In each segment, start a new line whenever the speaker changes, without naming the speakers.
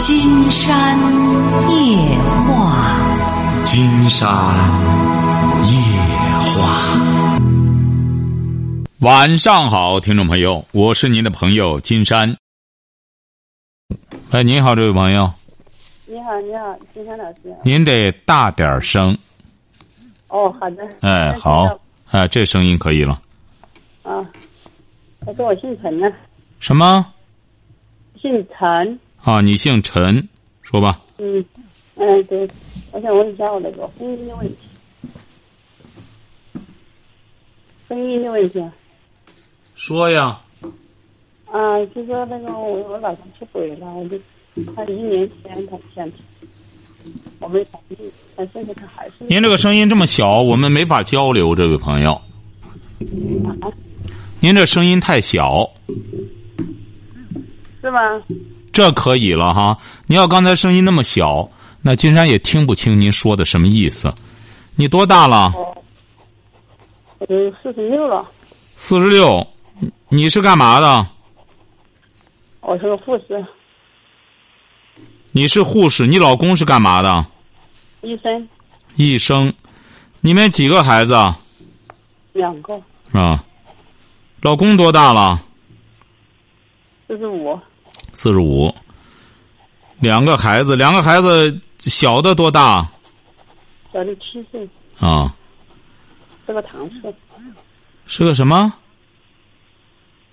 金山夜话。
金山夜话。晚上好，听众朋友，我是您的朋友金山。哎，您好，这位朋友，
你好，你好，金山老师。
您得大点儿声。
哦，好的。
哎，好，哎，这声音可以了。
啊，他说我姓陈呢，
什么？
姓陈。
啊，你姓陈，说吧。
嗯，嗯，对，我想问一下我那个婚姻的问题。婚姻的问题啊，
说呀。
啊，就说那个我我老公出轨了，我就他一年前他想，我们反对，但现在他还是
您这个声音这么小，我们没法交流，这位朋友。
啊，
您这声音太小，
是吗？
这可以了哈。您要刚才声音那么小，那金山也听不清您说的什么意思。你多大了？
哦，我都四十六了，
四十六。你是干嘛的？
我是个哦护士、
你是护士，你老公是干嘛的？
医生，
医生。你们几个孩子啊？
两个，
啊，老公多大了？
这是我。
四十五。两个孩子，两个孩子，小的多大
小的七岁，
啊？
是个唐氏，
是个什么？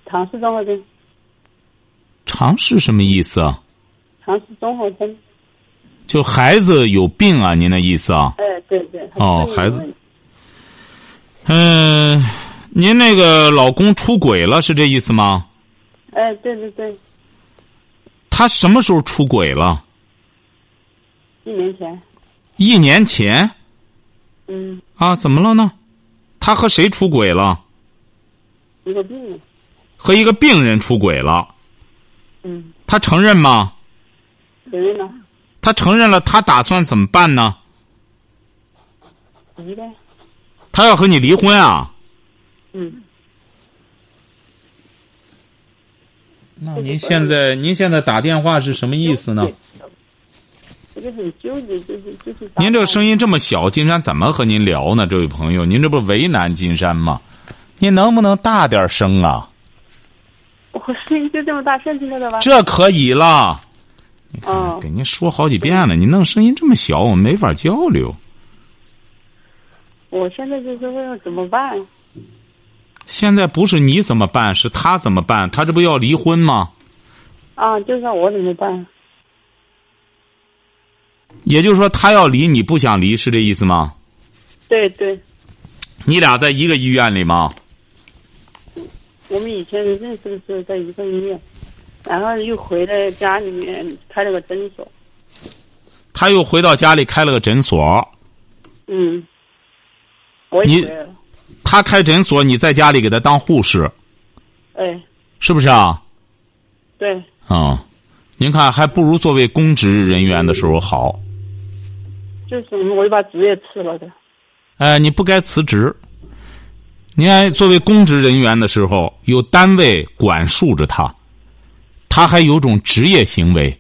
唐氏综合征，
常是什么意思啊？
唐氏综合征。
就孩子有病啊？您的意思啊？
哎，对对。他
哦
是
孩子
有问题
嗯，您那个老公出轨了，是这意思吗？
哎，对对对，
他什么时候出轨了？
一年前，
一年前
嗯，
啊？怎么了呢？他和谁出轨了？
一个病人，
和一个病人出轨了。
嗯，
他承认吗？
承认了，
他承认了，他打算怎么办呢？
离呗，
他要和你离婚啊？
嗯，
那
您现
在您现在打电话是什么意思呢？
我就很纠结，就是就是。
您这个声
音，
音这么小，金山怎么和您聊呢？这位朋友，您这不是为难金山吗？您能不能大点声啊？
我声音就这么大，现在听到了吧？
这可以了。
哦
给您说好几遍了，你弄声音这么小，我们没法交流。
我现在就是问怎么办？
现在不是你怎么办，是他怎么办？他这不要离婚吗？
啊，就是让我怎么办？
也就是说，他要离，你不想离，是这意思吗？
对对，
你俩在一个医院里吗？
我们以前认识的时候在一个医院，然后又回来家里面开了个诊所，
他又回到家里开了个诊所，
嗯，我也
你
回来了。
他开诊所，你在家里给他当护士，
哎，
是不是啊？
对，
啊、您看，还不如作为公职人员的时候好。
就是我就把职业辞了的。
哎，你不该辞职。您还作为公职人员的时候，有单位管束着他，他还有种职业行为。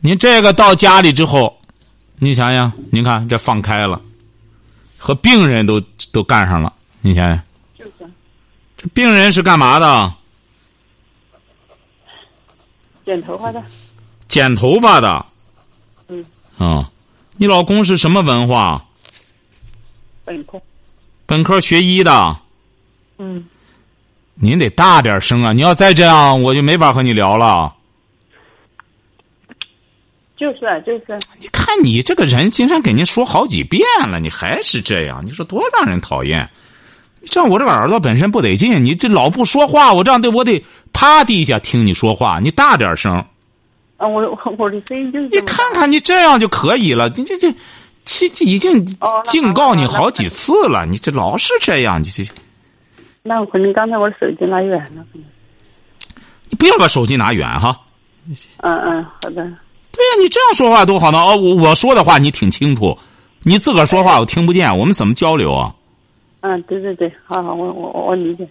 您这个到家里之后，你想想，您看这放开了，和病人都都干上了。你想想，
就是
这病人是干嘛的？
剪头发的，
剪头发的。
嗯。
啊，你老公是什么文化？
本科。
本科学医的。
嗯，
您得大点声啊！你要再这样，我就没法和你聊了。
就是啊，就是啊，
你看你这个人，金山给您说好几遍了，你还是这样，你说多让人讨厌！你知道我这个耳朵本身不得劲，你这老不说话，我这样对我得趴地下听你说话，你大点声，
啊，我我我的声音就是
你
这么大
看看你这样就可以了。你这这，这这已经
哦那
警告你好几
那
次了，你这老是这样，你这
那我可能刚才我的手机拉远了，可能。
你不要把手机拿远哈。
嗯嗯，好的。
对呀、你这样说话多好呢！哦，我我说的话你挺清楚，你自个儿说话我听不见，我们怎么交流啊？
嗯，对对对，好好，我我我理解。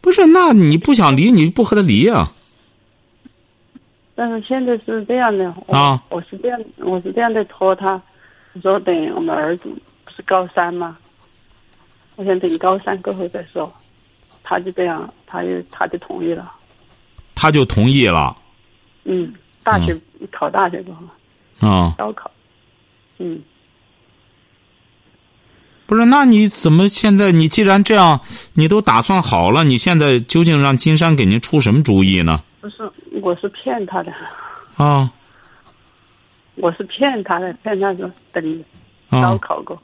不是，那你不想离，你就不和他离呀、
但是现在是这样的，我
啊
我是这样，我是这样的拖他，我说等我们儿子不是高三吗？我想等高三过后再说，他就这样，他就他就同意了，
他就同意了啊、
嗯，大学、考大学过后，
啊
高考，嗯，
不是，那你怎么现在你既然这样，你都打算好了，你现在究竟让金山给您出什么主意呢？
不是，我是骗他的，
啊
我是骗他的，骗他说等高
啊，
考过，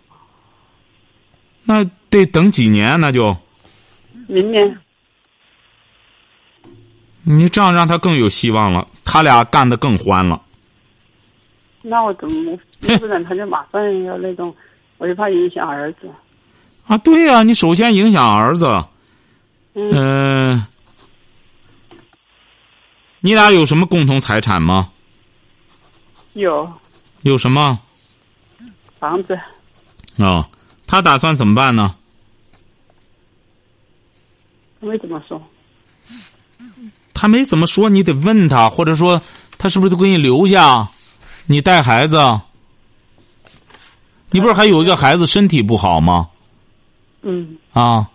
那得等几年，那就
明年
你这样让他更有希望了，他俩干得更欢了。
那我怎么，要不然他就马上要那种，我就怕影响儿子，
啊，对呀、你首先影响儿子。
嗯，
嗯、你俩有什么共同财产吗？
有
有什么
房子。
啊、他打算怎么办呢？
没怎么说，
他没怎么说，你得问他，或者说他是不是都给你留下？你带孩子，你不是还有一个孩子身体不好吗？
嗯，
啊，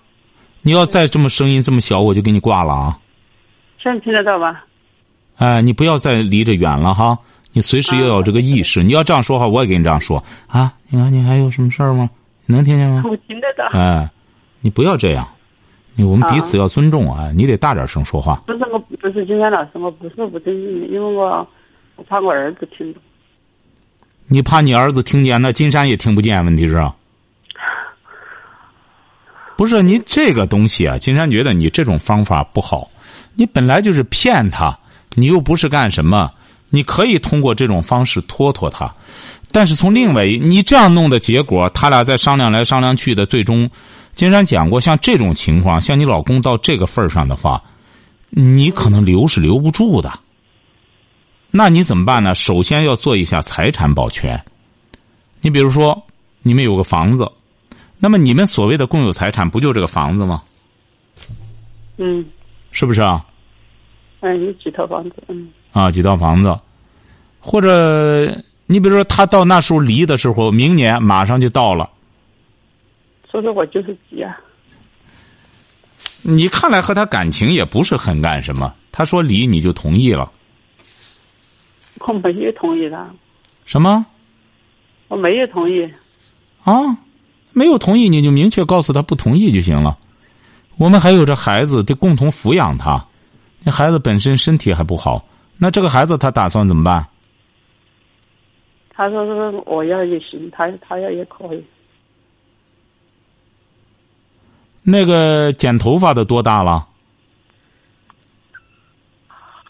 你要再这么声音这么小，我就给你挂了啊！
现在听得到吧？
哎，你不要再离着远了哈，你随时要有这个意识。你要这样说话，我也给你这样说啊。你看你还有什么事儿吗？你能听见吗？
我听得到，
哎，你不要这样，你我们彼此要尊重啊！你得大点声说话。
不是我，不是金山老师，我不是不尊敬你，因为我我怕我儿子听懂，
你怕你儿子听见，那金山也听不见。问题是，不是你这个东西啊？金山觉得你这种方法不好，你本来就是骗他，你又不是干什么，你可以通过这种方式拖拖他。但是从另外一，你这样弄的结果，他俩在商量来商量去的，最终，金山讲过，像这种情况，像你老公到这个份儿上的话，你可能留是留不住的。那你怎么办呢？首先要做一下财产保全。你比如说，你们有个房子，那么你们所谓的共有财产不就这个房子吗？
嗯
是不是啊？
嗯，几套房子，嗯
啊，几套房子，或者你比如说，他到那时候离的时候，明年马上就到了，
所以说我就是急啊，
你看来和他感情也不是很干什么。他说离你就同意了，
我没有同意他，
什么
我没有同意，
啊？没有同意你就明确告诉他不同意就行了。我们还有这孩子得共同抚养他，那孩子本身身体还不好，那这个孩子他打算怎么办？
他说是我要也行，他他要也可以，
那个剪头发的多大了？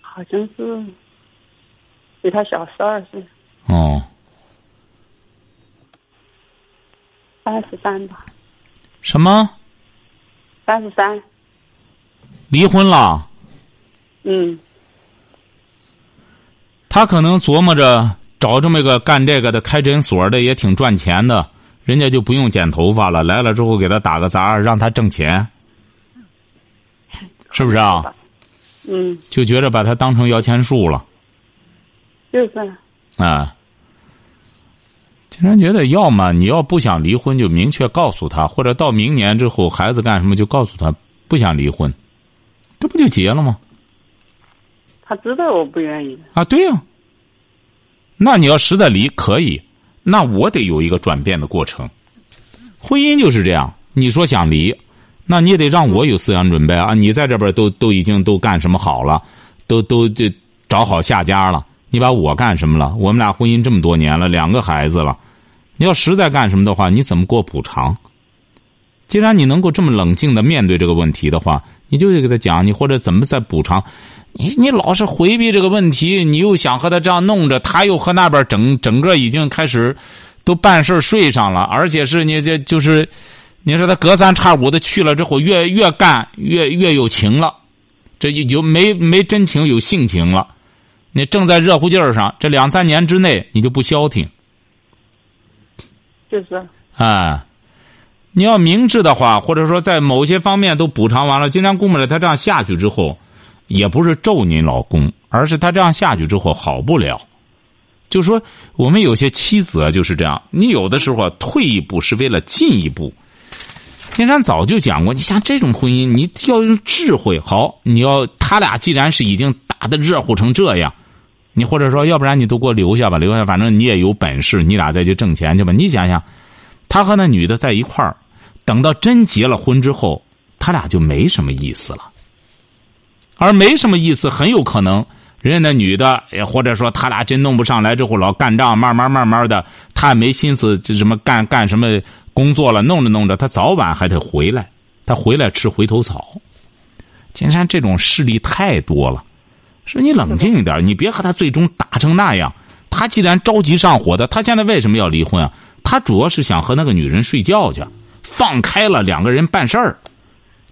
好像是比他小十二岁，
哦，
三十三吧，
什么
三十三，
离婚了？
嗯，
他可能琢磨着找这么个干这个的开诊所的也挺赚钱的，人家就不用剪头发了。来了之后给他打个杂，让他挣钱，是不是啊？
嗯，
就觉着把他当成摇钱树了。
就是啊，
啊。竟然觉得，要么你要不想离婚，就明确告诉他，或者到明年之后孩子干什么就告诉他不想离婚，这不就结了吗？
他知道我不愿意的，
啊，对呀、那你要实在离可以，那我得有一个转变的过程。婚姻就是这样，你说想离，那你也得让我有思想准备啊！你在这边都都已经都干什么好了，都都这找好下家了，你把我干什么了？我们俩婚姻这么多年了，两个孩子了，你要实在干什么的话，你怎么给我补偿？既然你能够这么冷静的面对这个问题的话，你就得给他讲，你或者怎么再补偿。你你老是回避这个问题，你又想和他这样弄着，他又和那边整整个已经开始都办事儿睡上了，而且是你这就是，你说他隔三差五的去了之后，越越干越越有情了，这就就没没真情有性情了，你正在热乎劲儿上，这两三年之内你就不消停。
就是啊，
啊，你要明智的话，或者说在某些方面都补偿完了，经常估摸着他这样下去之后，也不是咒您老公，而是他这样下去之后好不了。就说我们有些妻子啊就是这样，你有的时候啊退一步是为了进一步。金山早就讲过，你像这种婚姻，你要用智慧。好，你要他俩既然是已经打的热乎成这样，你或者说，要不然你都给我留下吧，留下，反正你也有本事，你俩再去挣钱去吧。你想想，他和那女的在一块儿，等到真结了婚之后，他俩就没什么意思了。而没什么意思，很有可能人家那女的，也或者说他俩真弄不上来之后，老干仗，慢慢慢慢的，他也没心思这什么干干什么工作了，弄着弄着，他早晚还得回来，他回来吃回头草。金山这种事例太多了，说你冷静一点，你别和他最终打成那样。他既然着急上火的，他现在为什么要离婚啊？他主要是想和那个女人睡觉去，放开了两个人办事儿。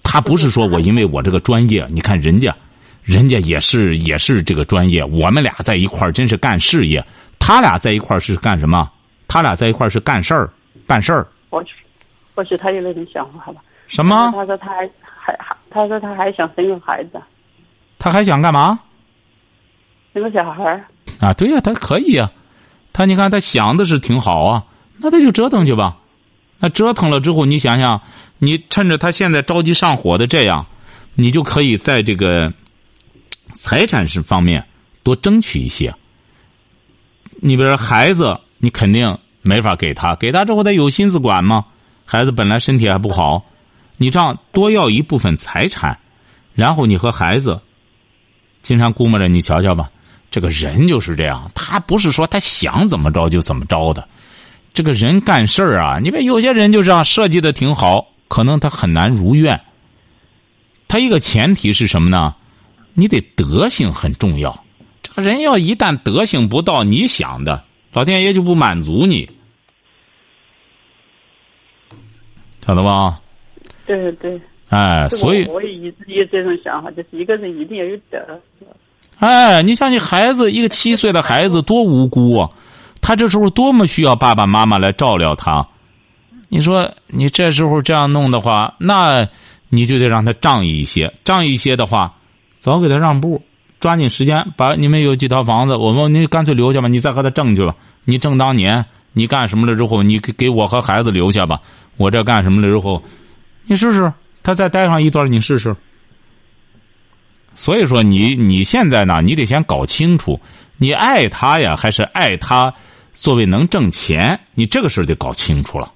他不是说我因为我这个专业，你看人家，人家也是也是这个专业，我们俩在一块儿真是干事业，他俩在一块儿是干什么？他俩在一块儿是干事儿，办事儿。
或许或许他有那种想法吧。
什么？
他说他还还还，他说他还想生个孩子，
他还想干嘛？
生个小孩儿。
啊，对呀、他可以呀、他你看他想的是挺好啊，那他就折腾去吧。那折腾了之后，你想想，你趁着他现在着急上火的这样，你就可以在这个财产是方面多争取一些。你比如说孩子，你肯定没法给他，给他之后他有心思管吗？孩子本来身体还不好，你这样多要一部分财产，然后你和孩子经常估摸着，你瞧瞧吧，这个人就是这样，他不是说他想怎么着就怎么着的，这个人干事儿啊，你别有些人就这样设计的挺好，可能他很难如愿。他一个前提是什么呢？你得德性很重要。这个人要一旦德性不到你想的，老天爷就不满足你，晓得吧？
对对，
哎，
这个
所以
我也一直有这种想法，就是一个人一定要有德。
哎，你像你孩子一个七岁的孩子多无辜啊，他这时候多么需要爸爸妈妈来照料他。你说你这时候这样弄的话，那你就得让他仗义一些，仗义一些的话，早给他让步，抓紧时间把你们有几套房子，我们你干脆留下吧，你再和他挣去吧，你挣当年你干什么了之后，你给给我和孩子留下吧，我这干什么了之后，你试试，他再待上一段，你试试。所以说你你现在呢，你得先搞清楚，你爱他呀，还是爱他作为能挣钱？你这个事儿得搞清楚了。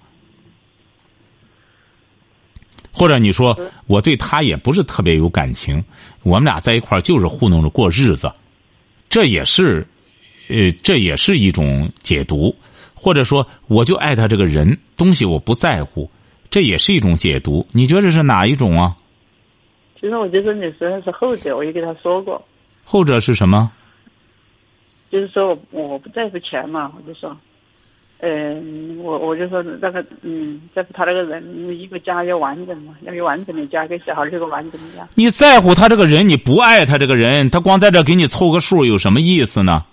或者你说我对他也不是特别有感情，我们俩在一块儿就是糊弄着过日子，这也是，呃，这也是一种解读。或者说我就爱他这个人，东西我不在乎，这也是一种解读。你觉得是哪一种啊？
其实我觉得你说的是后者，我也跟他说过，
后者是什么？
就是说我我不在乎钱嘛，我就说，嗯、我我就说那个嗯，在乎他那个人，因为一个家要完整嘛，要有完整的家，给小孩儿一个完整的家。
你在乎他这个人，你不爱他这个人，他光在这给你凑个数有什么意思呢？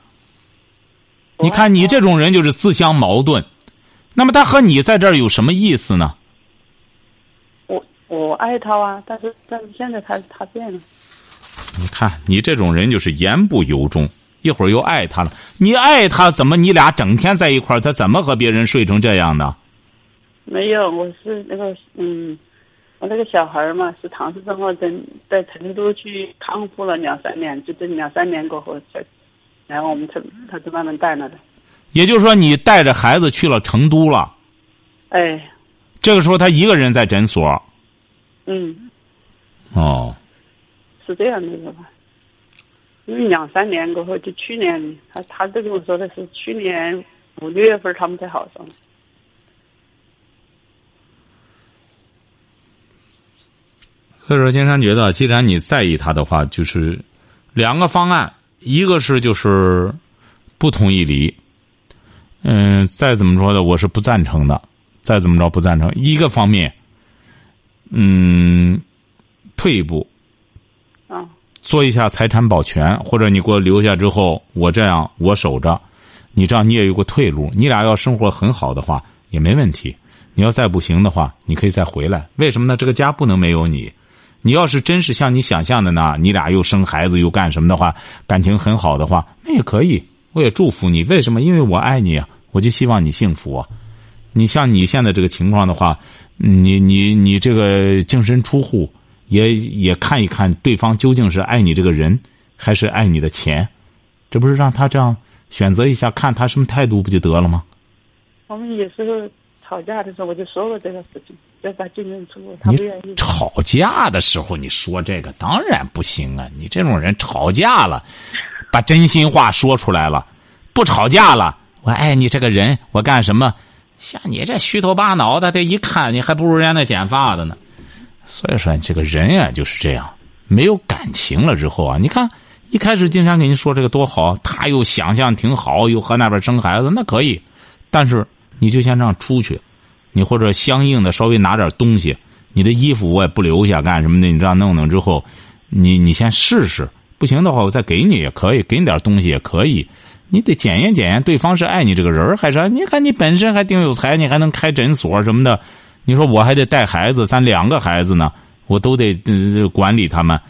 哦
你看你这种人就是自相矛盾，那么他和你在这儿有什么意思呢？
我我爱他啊，但是但是现在他他变了，
你看你这种人就是言不由衷，一会儿又爱他了。你爱他，怎么你俩整天在一块儿，他怎么和别人睡成这样呢？
没有，我是那个嗯，我那个小孩儿嘛是唐氏症后症，在成都去康复了两三年，就这两三年过后才，然后我们才他就慢慢带了的，
也就是说，你带着孩子去了成都了，
哎，
这个时候他一个人在诊所。
嗯，
哦，
是这样的一个吧。因为两三年过后，就去年他他都跟我说的是去年五六月份他们才好上的，
所以说，金山觉得，既然你在意他的话，就是两个方案，一个是就是不同意离，嗯、再怎么说的，我是不赞成的，再怎么着不赞成。一个方面，嗯，退一步，
啊，
做一下财产保全，或者你给我留下之后，我这样我守着，你这样你也有个退路。你俩要生活很好的话也没问题。你要再不行的话，你可以再回来。为什么呢？这个家不能没有你。你要是真是像你想象的呢，你俩又生孩子又干什么的话，感情很好的话，那也可以。我也祝福你。为什么？因为我爱你啊，我就希望你幸福啊。你像你现在这个情况的话，你你你这个净身出户，也也看一看对方究竟是爱你这个人，还是爱你的钱，这不是让他这样选择一下，看他什么态度不就得了吗？
我们有时候吵架的时候，我就说过这个事情，叫他净身出户，他
你
不愿意。
吵架的时候你说这个当然不行啊！你这种人吵架了，把真心话说出来了，不吵架了，我爱你这个人，我干什么？像你这虚头巴脑的，这一看你还不如人家那剪发的呢。所以说，这个人呀、就是这样，没有感情了之后啊，你看一开始金山给您说这个多好，他又想象挺好，又和那边生孩子，那可以，但是你就先这样出去，你或者相应的稍微拿点东西，你的衣服我也不留下干什么的，你这样弄弄之后，你你先试试，不行的话我再给你也可以，给你点东西也可以，你得检验检验对方是爱你这个人儿还是爱你看你本身还挺有才，你还能开诊所什么的，你说我还得带孩子，咱两个孩子呢，我都得、呃管理他们。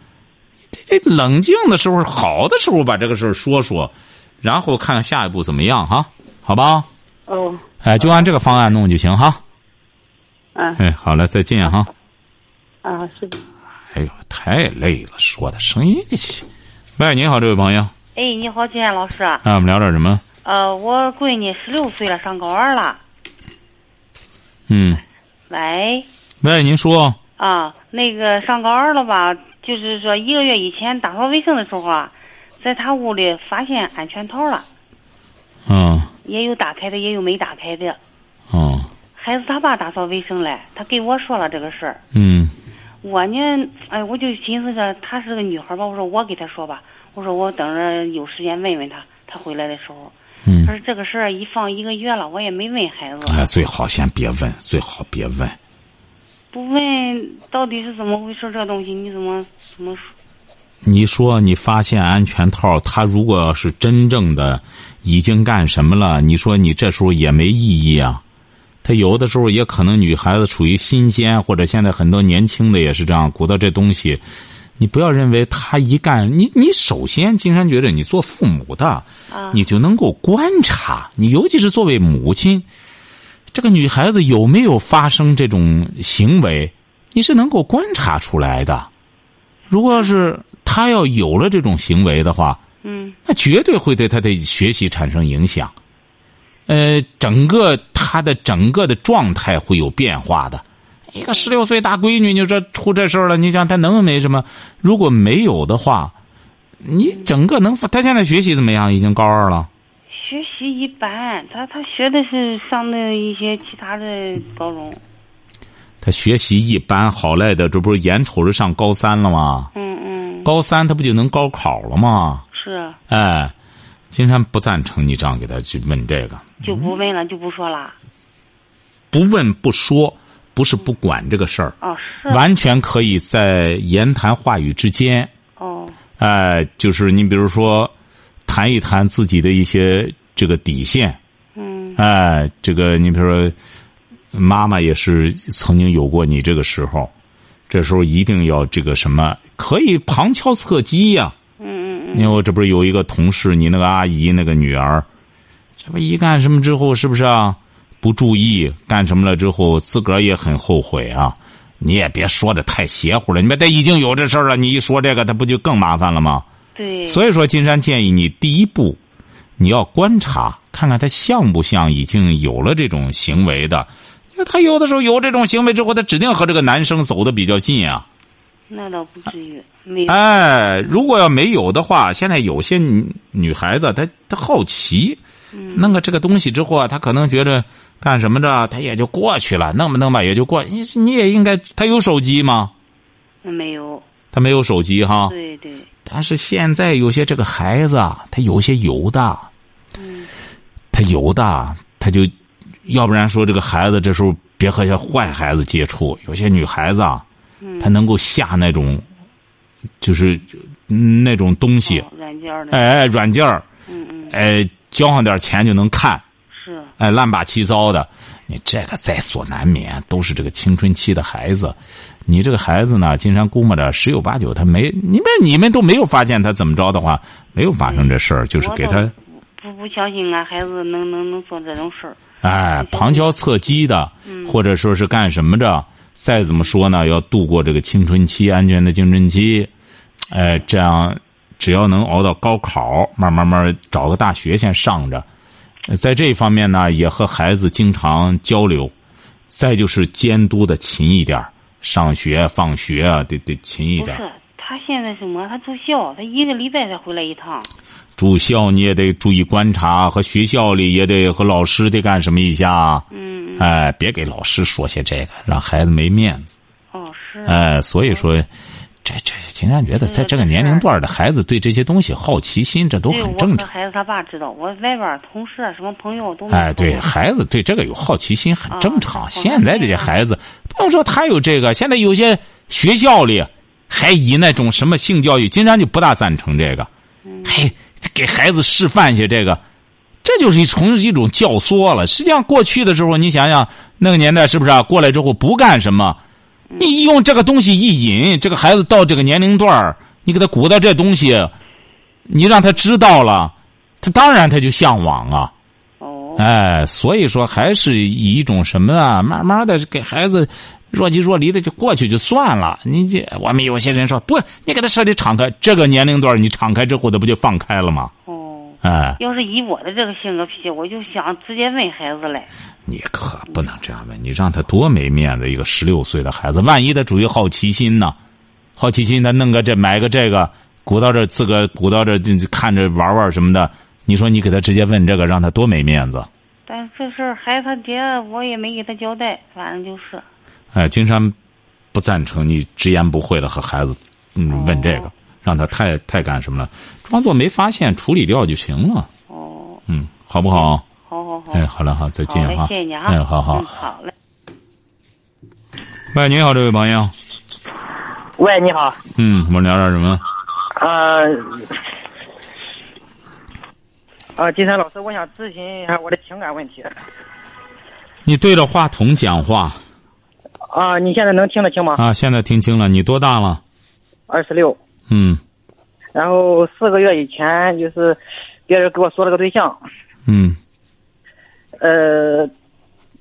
这这冷静的时候，好的时候把这个事儿说说，然后看看下一步怎么样哈，好吧？
哦，
哎，就按这个方案弄就行哈。
啊
哎，好了，再见哈。
啊，是的。
哎呦，太累了，说的声音这些。喂，你好，这位朋友，
哎，你好，金燕老师。啊
那我们聊点什么？
呃，我闺女十六岁了，上高二了。
嗯，
喂，
喂，您说，
啊，那个上高二了吧？就是说一个月以前打扫卫生的时候啊，在她屋里发现安全套了，
嗯
也有打开的，也有没打开的。
嗯
孩子他爸打扫卫生来，他给我说了这个事儿。
嗯
我呢，哎，我就寻思着她是个女孩吧，我说我给她说吧，我说我等着有时间问问她，她回来的时候。可
嗯，
是这个事儿一放一个月了，我也没问孩子。
哎，最好先别问，最好别问。
不问到底是怎么回事，这东西你怎么怎么说？
你说你发现安全套，他如果是真正的已经干什么了，你说你这时候也没意义啊。他有的时候也可能女孩子处于新鲜，或者现在很多年轻的也是这样，鼓捣这东西。你不要认为他一干，你你首先，金山觉得你做父母的，你就能够观察，你尤其是作为母亲，这个女孩子有没有发生这种行为，你是能够观察出来的。如果要是他要有了这种行为的话，
嗯
那绝对会对他的学习产生影响。呃，整个他的整个的状态会有变化的。一个十六岁大闺女，你说出这事儿了，你想她能没什么？如果没有的话，你整个能她现在学习怎么样？已经高二了。
学习一般，他他学的是上的一些其他的高中，
她学习一般，好赖的，这不是眼瞅着上高三了吗？
嗯嗯，
高三她不就能高考了吗？
是啊
哎，金山不赞成你这样给她去问这个。
就不问了，就不说了。
不问不说，不是不管这个事儿，
哦，是
完全可以在言谈话语之间，
哦，
呃，就是你比如说，谈一谈自己的一些这个底线，
嗯
哎，这个你比如说，妈妈也是曾经有过你这个时候，这时候一定要这个什么，可以旁敲侧击呀、
嗯嗯嗯，
因为我这不是有一个同事，你那个阿姨那个女儿，这不一干什么之后是不是啊？不注意干什么了之后，自个儿也很后悔啊。你也别说的太邪乎了，你别他已经有这事儿了，你一说这个，他不就更麻烦了吗？
对，
所以说，金山建议你第一步，你要观察，看看他像不像已经有了这种行为的。因为他有的时候有这种行为之后，他指定和这个男生走的比较近啊。
那倒不至于，没有，
哎，如果要没有的话，现在有些女女孩子她她好奇，弄个这个东西之后啊，她可能觉着干什么着，她也就过去了，弄吧弄吧也就过。你你也应该，她有手机吗？
没有，
她没有手机哈。
对对，
但是现在有些这个孩子啊，他有些有的，
嗯
他有的他就，要不然说这个孩子这时候别和些坏孩子接触。有些女孩子啊，
嗯，
她能够下那种，就是嗯那种东
哦
西。哎
哦软件儿的，
哎，软件儿，
嗯嗯
哎，交上点钱就能看。
是，
哎，乱八七糟的，你这个在所难免，都是这个青春期的孩子。你这个孩子呢，金山估摸着十有八九他没，你们你们都没有发现他怎么着的话，没有发生这事儿，就是给他
不不相信俺孩子能能能做这种事儿。
哎旁敲侧击的，
嗯
或者说是干什么着。再怎么说呢，要度过这个青春期，安全的青春期，哎，这样只要能熬到高考，慢慢慢找个大学先上着。呃在这一方面呢，也和孩子经常交流。再就是监督的勤一点儿上学放学啊，得得勤一
不
点儿
是，他现在什么？他住校，他一个礼拜才回来一趟。
住校你也得注意观察，和学校里也得和老师得干什么一下。
嗯，
哎，别给老师说些这个，让孩子没面子。
哦是。嗯
哎，所以说，这这秦山觉得，在这个年龄段的孩子对这些东西好奇心，这都
对，
很
我
正
和
常。
孩子他爸知道，我外边儿同事啊，什么朋友都没
哎，
说
对
过
孩子对这个有好奇心很正常。
啊
现在这些孩子，不用说他有这个，现在有些学校里还以那种什么性教育，金山就不大赞成这个。嘿，给孩子示范一下这个，这就是一从一种教唆了。实际上，过去的时候，你想想那个年代是不是啊？过来之后不干什么，你用这个东西一引，这个孩子到这个年龄段儿你给他鼓捣这东西，你让他知道了，他当然他就向往啊。
哦，
哎，所以说还是以一种什么啊，慢慢的给孩子若即若离的就过去就算了。你这我们有些人说不，你给他彻底敞开，这个年龄段你敞开之后，他不就放开了吗？
哦，
哎，
要是以我的这个性格脾气，我就想直接问孩子来。
你可不能这样问，你让他多没面子！一个十六岁的孩子，万一他主于好奇心呢？好奇心，他弄个这买个这个，鼓捣这自个鼓捣这这看着玩玩什么的，你说你给他直接问这个，让他多没面子！
但是这事儿孩子他爹我也没给他交代，反正就是。
哎，金山不赞成你直言不讳的和孩子
哦
嗯问这个，让他太太干什么了，装作没发现，处理掉就行了。
哦，
嗯，好不好？
好好好，
哎，好了哈，再
好
见
嘞
哈。
谢谢你啊，
哎，好好
嗯。好嘞。
喂，你好，这位朋友。
喂，你好，
嗯，我们聊点什么？
呃，啊，金山老师，我想咨询一下我的情感问题。
你对着话筒讲话
啊，你现在能听得清吗？
啊！现在听清了，你多大了？
二十六，
嗯
然后四个月以前就是别人给我说了个对象，
嗯
呃，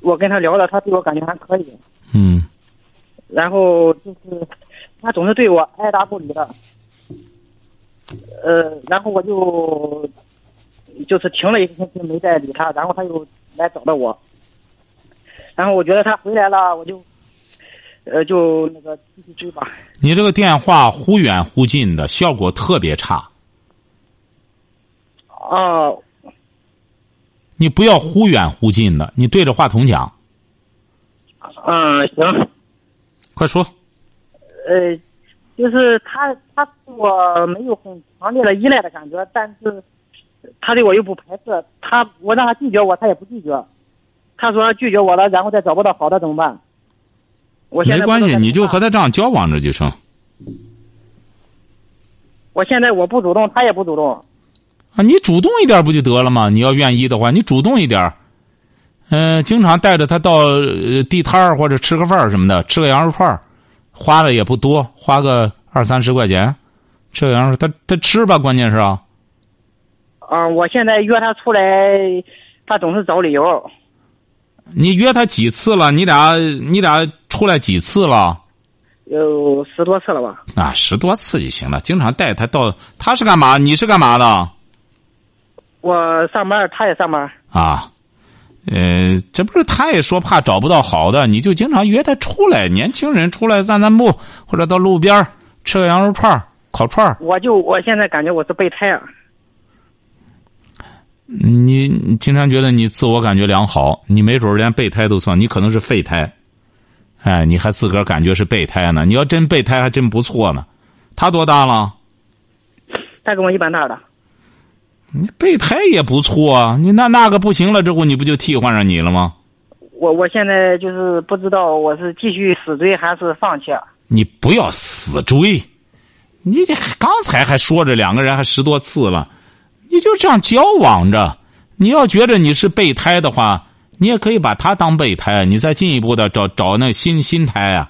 我跟他聊了，他对我感觉还可以，
嗯
然后就是他总是对我爱答不理的，呃，然后我就就是停了一个星期没再理他，然后他又来找到我，然后我觉得他回来了，我就呃就那个继续追吧，
你这个电话忽远忽近的，效果特别差。
啊、
你不要忽远忽近的，你对着话筒讲，
嗯，行，
快说。
呃，就是他他对我没有很强烈的依赖的感觉，但是他对我又不排斥，他我让他拒绝我，他也不拒绝，他说拒绝我了，然后再找不到好的怎么办？我现在
没关
不知
系，
道该
你就
怎
和
么办
他这样交往着就成。
我现在我不主动，他也不主动，
啊，你主动一点不就得了吗？你要愿意的话，你主动一点儿。嗯、经常带着他到呃地摊儿或者吃个饭儿什么的，吃个羊肉串儿，花的也不多，花个二三十块钱，吃个羊肉，他他吃吧，关键是啊，
啊、我现在约他出来，他总是找理由，
你约他几次了？你俩你俩出来几次了？
有十多次了吧？
啊，十多次就行了。经常带他到，他是干嘛？你是干嘛的？
我上班，他也上班，
啊，呃，这不是他也说怕找不到好的，你就经常约他出来，年轻人出来散散步，或者到路边儿吃个羊肉串儿、烤串儿。
我就我现在感觉我是备胎啊。
嗯你你经常觉得你自我感觉良好，你没准儿连备胎都算，你可能是废胎。哎，你还自个儿感觉是备胎呢？你要真备胎还真不错呢。他多大了？
他跟我一般大的，
你备胎也不错啊。你那那个不行了之后，你不就替换上你了吗？
我我现在就是不知道我是继续死追还是放
啊
弃。
你不要死追，你这刚才还说着两个人还十多次了，你就这样交往着，你要觉着你是备胎的话，你也可以把他当备胎，啊你再进一步的找找那新新胎啊，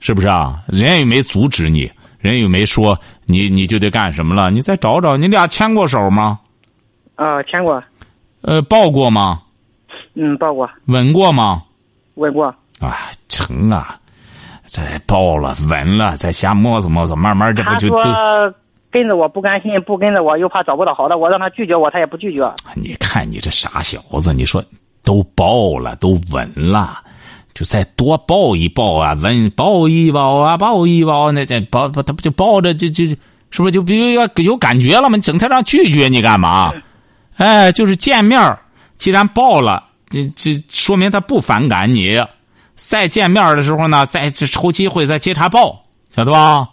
是不是啊？人家又没阻止你，人家又没说你你就得干什么了，你再找找，你俩牵过手吗？
啊，签过，
呃，抱过吗？
嗯，报过，
吻过吗？
问过，
啊，成啊，再抱了吻了，再瞎摸索摸索，慢慢这不
他
就都？
说跟着我不甘心，不跟着我又怕找不到好的，我让他拒绝我，他也不拒绝。
你看你这傻小子，你说都抱了，都吻了，就再多抱一抱啊，吻抱一抱啊，抱一抱，那这抱不他不就抱着就就是不是就比如要有感觉了吗？你整天让拒绝你干嘛？哎，就是见面儿既然抱了，这这说明他不反感你。再见面儿的时候呢，再去抽机会再接茬抱，晓得吧？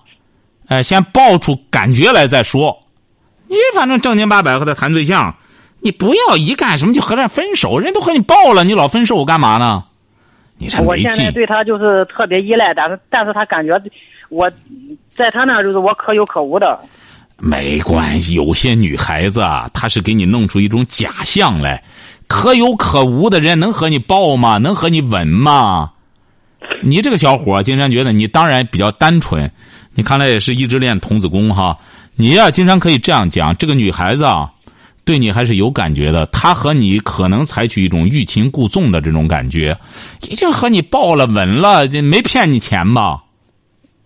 哎，先抱出感觉来再说。你反正正经八百和他谈对象，你不要一干什么就和人分手，人都和你抱了，你老分手干嘛呢？你这
我
没
现在
劲。
对他就是特别依赖，但是但是他感觉我在他那儿就是我可有可无的。
没关系，有些女孩子啊，她是给你弄出一种假象来，可有可无的人能和你抱吗？能和你吻吗？你这个小伙儿，金山觉得你当然比较单纯，你看来也是一直练童子功哈。你呀、经常可以这样讲，这个女孩子啊，对你还是有感觉的，她和你可能采取一种欲擒故纵的这种感觉，已经和你抱了吻了，这没骗你钱吧？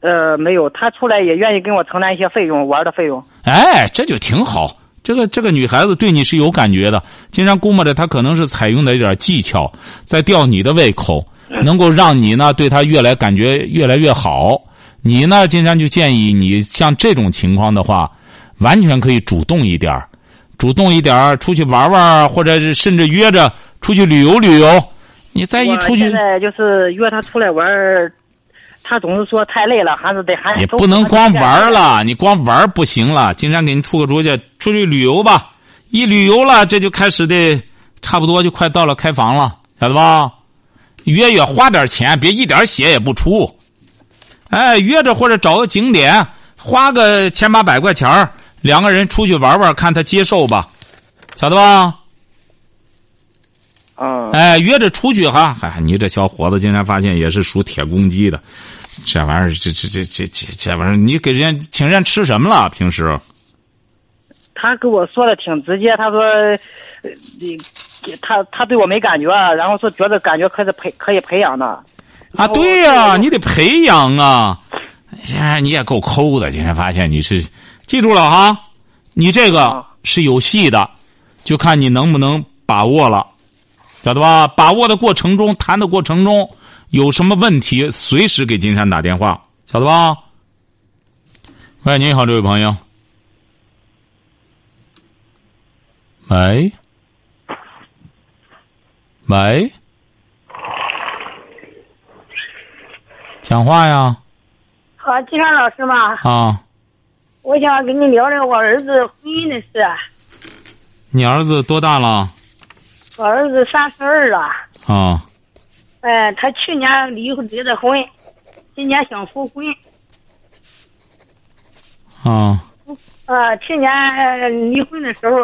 呃，没有，他出来也愿意跟我承担一些费用，玩的费用。
哎，这就挺好。这个这个女孩子对你是有感觉的，经常估摸着她可能是采用的一点技巧，在吊你的胃口，
嗯
能够让你呢对她越来感觉越来越好。你呢，金山就建议你像这种情况的话，完全可以主动一点儿主动一点儿出去玩玩儿，或者是甚至约着出去旅游旅游。你再一
我
出去
现，在就是约他出来玩儿，他总是说太累了，还是得
哎
还
也不能光玩儿。了，你光玩儿不行了。金山给你出个主意，出去旅游吧。一旅游了，这就开始的，差不多就快到了开房了，晓得吧？约约花点钱，别一点血也不出。哎，约着或者找个景点，花个千八百块钱儿两个人出去玩玩，看他接受吧，晓得吧？
嗯，
哎，约着出去哈，哎，你这小伙子竟然发现也是属铁公鸡的，这玩意儿，这这这这这这玩意儿，你给人家请人家吃什么了？平时
他跟我说的挺直接，他说，呃你他他对我没感觉，啊然后说觉得感觉可是培可以培养的。
啊，
哦
对呀、
对
你得培养啊。这你也够抠的，竟然发现你是，记住了哈，你这个
啊
是有戏的，就看你能不能把握了，晓得吧？把握的过程中，谈的过程中有什么问题，随时给金山打电话，晓得吧？喂，你好，这位朋友。喂，喂，讲话呀！
好，金山老师嘛，
啊，
我想跟你聊聊我儿子婚姻的事。啊
你儿子多大了？
我儿子三十二了，
啊，
哎，他去年离婚离的婚，今年想复婚。
啊，
呃，去年呃离婚的时候，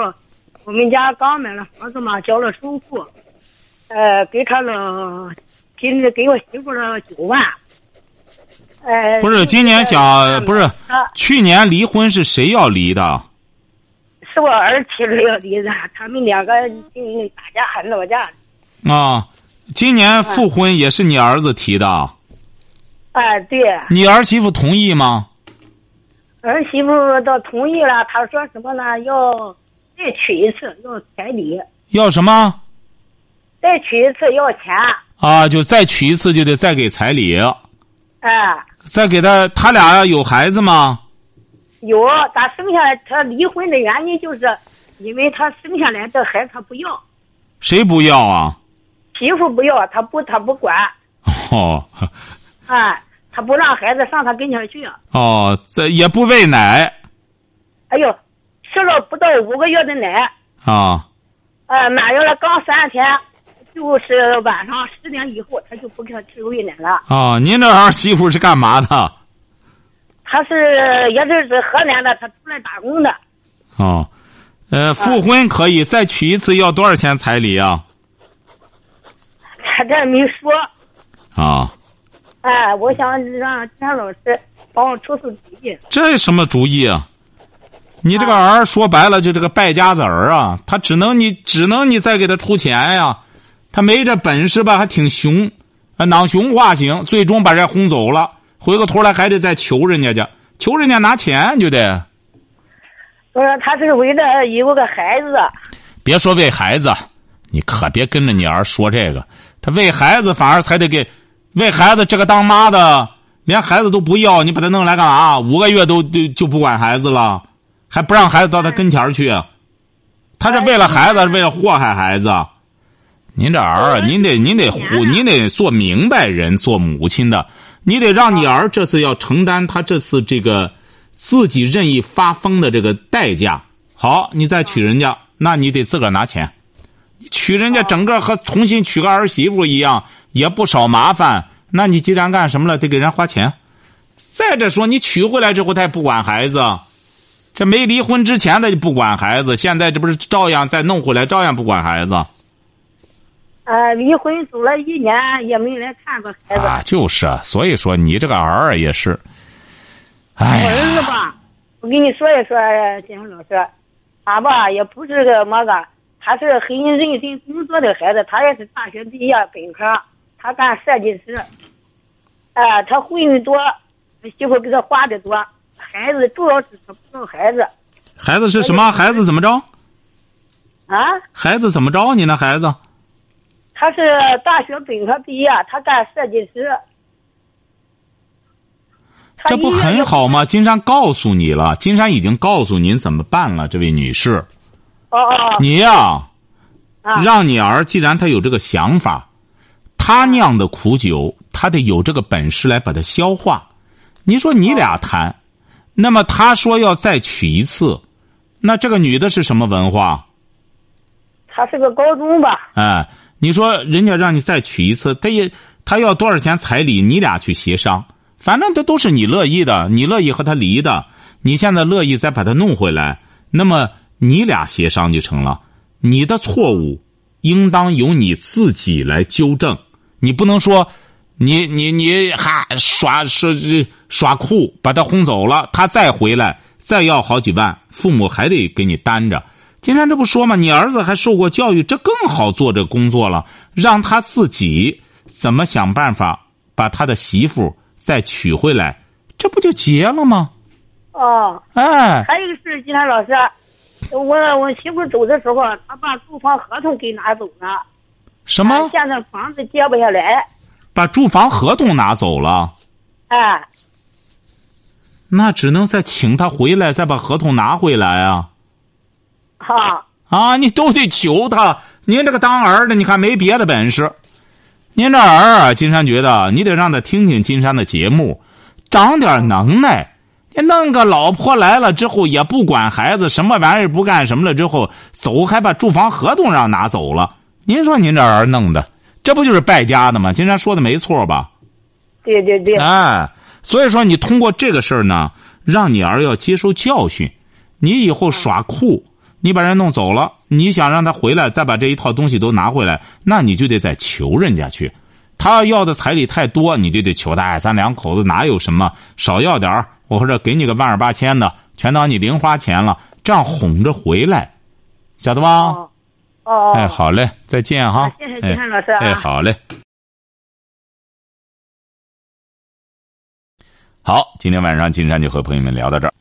我们家刚买了房子嘛，交了首付，呃，给他了，今天给我媳妇了九万。呃，
不是，今年想不是，
啊
去年离婚是谁要离的？
是我儿媳妇要离的，他们两个嗯打架很吵架。
啊，今年复婚也是你儿子提的，
哎、对。
你儿媳妇同意吗？
儿媳妇倒同意了，她说什么呢？要再娶一次，要彩礼；
要什么？
再娶一次要钱。
啊，就再娶一次就得再给彩礼，
哎，
再给他，他俩有孩子吗？
有，咱生下来，她离婚的原因就是因为她生下来这孩子她不要，
谁不要啊？
媳妇不要，她不她不管，
哦
哎，她不让孩子上她跟前去。
哦，这也不喂奶
哎呦，吃了不到五个月的奶，
啊
呃，满月了刚三天，就是晚上十点以后，她就不给她吃喂奶了。
啊！您这儿媳妇是干嘛的？
她是也是是河南的，她出来打工的。
哦，呃，复婚可以再娶一次，要多少钱彩礼啊？
他这没说。
啊，
哎，我想让张老师帮我出出主意。
这什么主意啊？你这个儿说白了就这个败家子儿啊，他只能你只能你再给他出钱呀、他没这本事吧，还挺熊，啊，囊熊化型，最终把人家轰走了，回过头来还得再求人家去，求人家拿钱就得。
我说他是为了有个孩子，
别说为孩子，你可别跟着你儿说这个。他为孩子反而才得给，为孩子这个当妈的连孩子都不要，你把他弄来干嘛？五个月都就就不管孩子了，还不让孩子到他跟前儿去。啊他是为了孩子，是为了祸害孩子。啊您这儿啊，您得您得胡，您得做明白人，做母亲的，你得让你儿这次要承担他这次这个自己任意发疯的这个代价。好，你再娶人家，那你得自个儿拿钱。你娶人家整个和重新娶个儿媳妇一样，也不少麻烦。那你既然干什么了，得给人花钱。再者说，你娶回来之后，他也不管孩子。这没离婚之前，他就不管孩子，现在这不是照样再弄回来，照样不管孩子。
呃，离婚走了一年也没来看过孩子。
啊，就是啊，所以说你这个儿啊也是，哎
我
呀，
儿子吧，我跟你说一说，金凤老师，他吧也不是个么个，他是很认真工作的孩子，他也是大学毕业本科，他干设计师，哎、他会的多，媳妇给他花的多，孩子主要是他不要孩子
孩子是什么？孩子怎么着？
啊，
孩子怎么着？你那孩子
他是大学本科毕业，他干设计师。他
这不
一月
很
就
好吗？金山告诉你了，金山已经告诉您怎么办了，这位女士，
哦哦
你呀、
啊！
让你儿既然他有这个想法，他酿的苦酒，他得有这个本事来把它消化。你说你俩谈，那么他说要再娶一次，那这个女的是什么文化？
他是个高中吧？
哎，你说人家让你再娶一次，他也他要多少钱彩礼，你俩去协商，反正这都是你乐意的，你乐意和他离的，你现在乐意再把他弄回来，那么你俩协商就成了。你的错误应当由你自己来纠正，你不能说。你你你哈耍耍耍酷，把他轰走了，他再回来再要好几万，父母还得给你担着。金山这不说吗？你儿子还受过教育，这更好做这工作了。让他自己怎么想办法把他的媳妇再娶回来，这不就结了吗？
哦，
哎，
还有一个事，金山老师，我我媳妇走的时候，他把住房合同给拿走了，
什么
哎现在房子接不下来，
把住房合同拿走了？
哎，
那只能再请他回来，再把合同拿回来啊！
哈，
啊，你都得求他。您这个当儿的，你看没别的本事。您这儿啊，金山觉得你得让他听听金山的节目，长点能耐。你弄个老婆来了之后也不管孩子，什么玩意儿不干什么了之后走，还把住房合同让拿走了。您说您这儿弄的，这不就是败家的吗？金山说的没错吧？
对对对，
哎，所以说你通过这个事儿呢，让你儿要接受教训。你以后耍酷，你把人弄走了，你想让他回来，再把这一套东西都拿回来，那你就得再求人家去。他要的彩礼太多，你就得求他。哎，咱两口子哪有什么，少要点儿，我或者给你个万二八千的，全当你零花钱了，这样哄着回来，晓得吧？
哦哦，
哎，，好嘞，再见哈。
谢谢金山老师啊
哎，哎好嘞。好，今天晚上金山就和朋友们聊到这儿。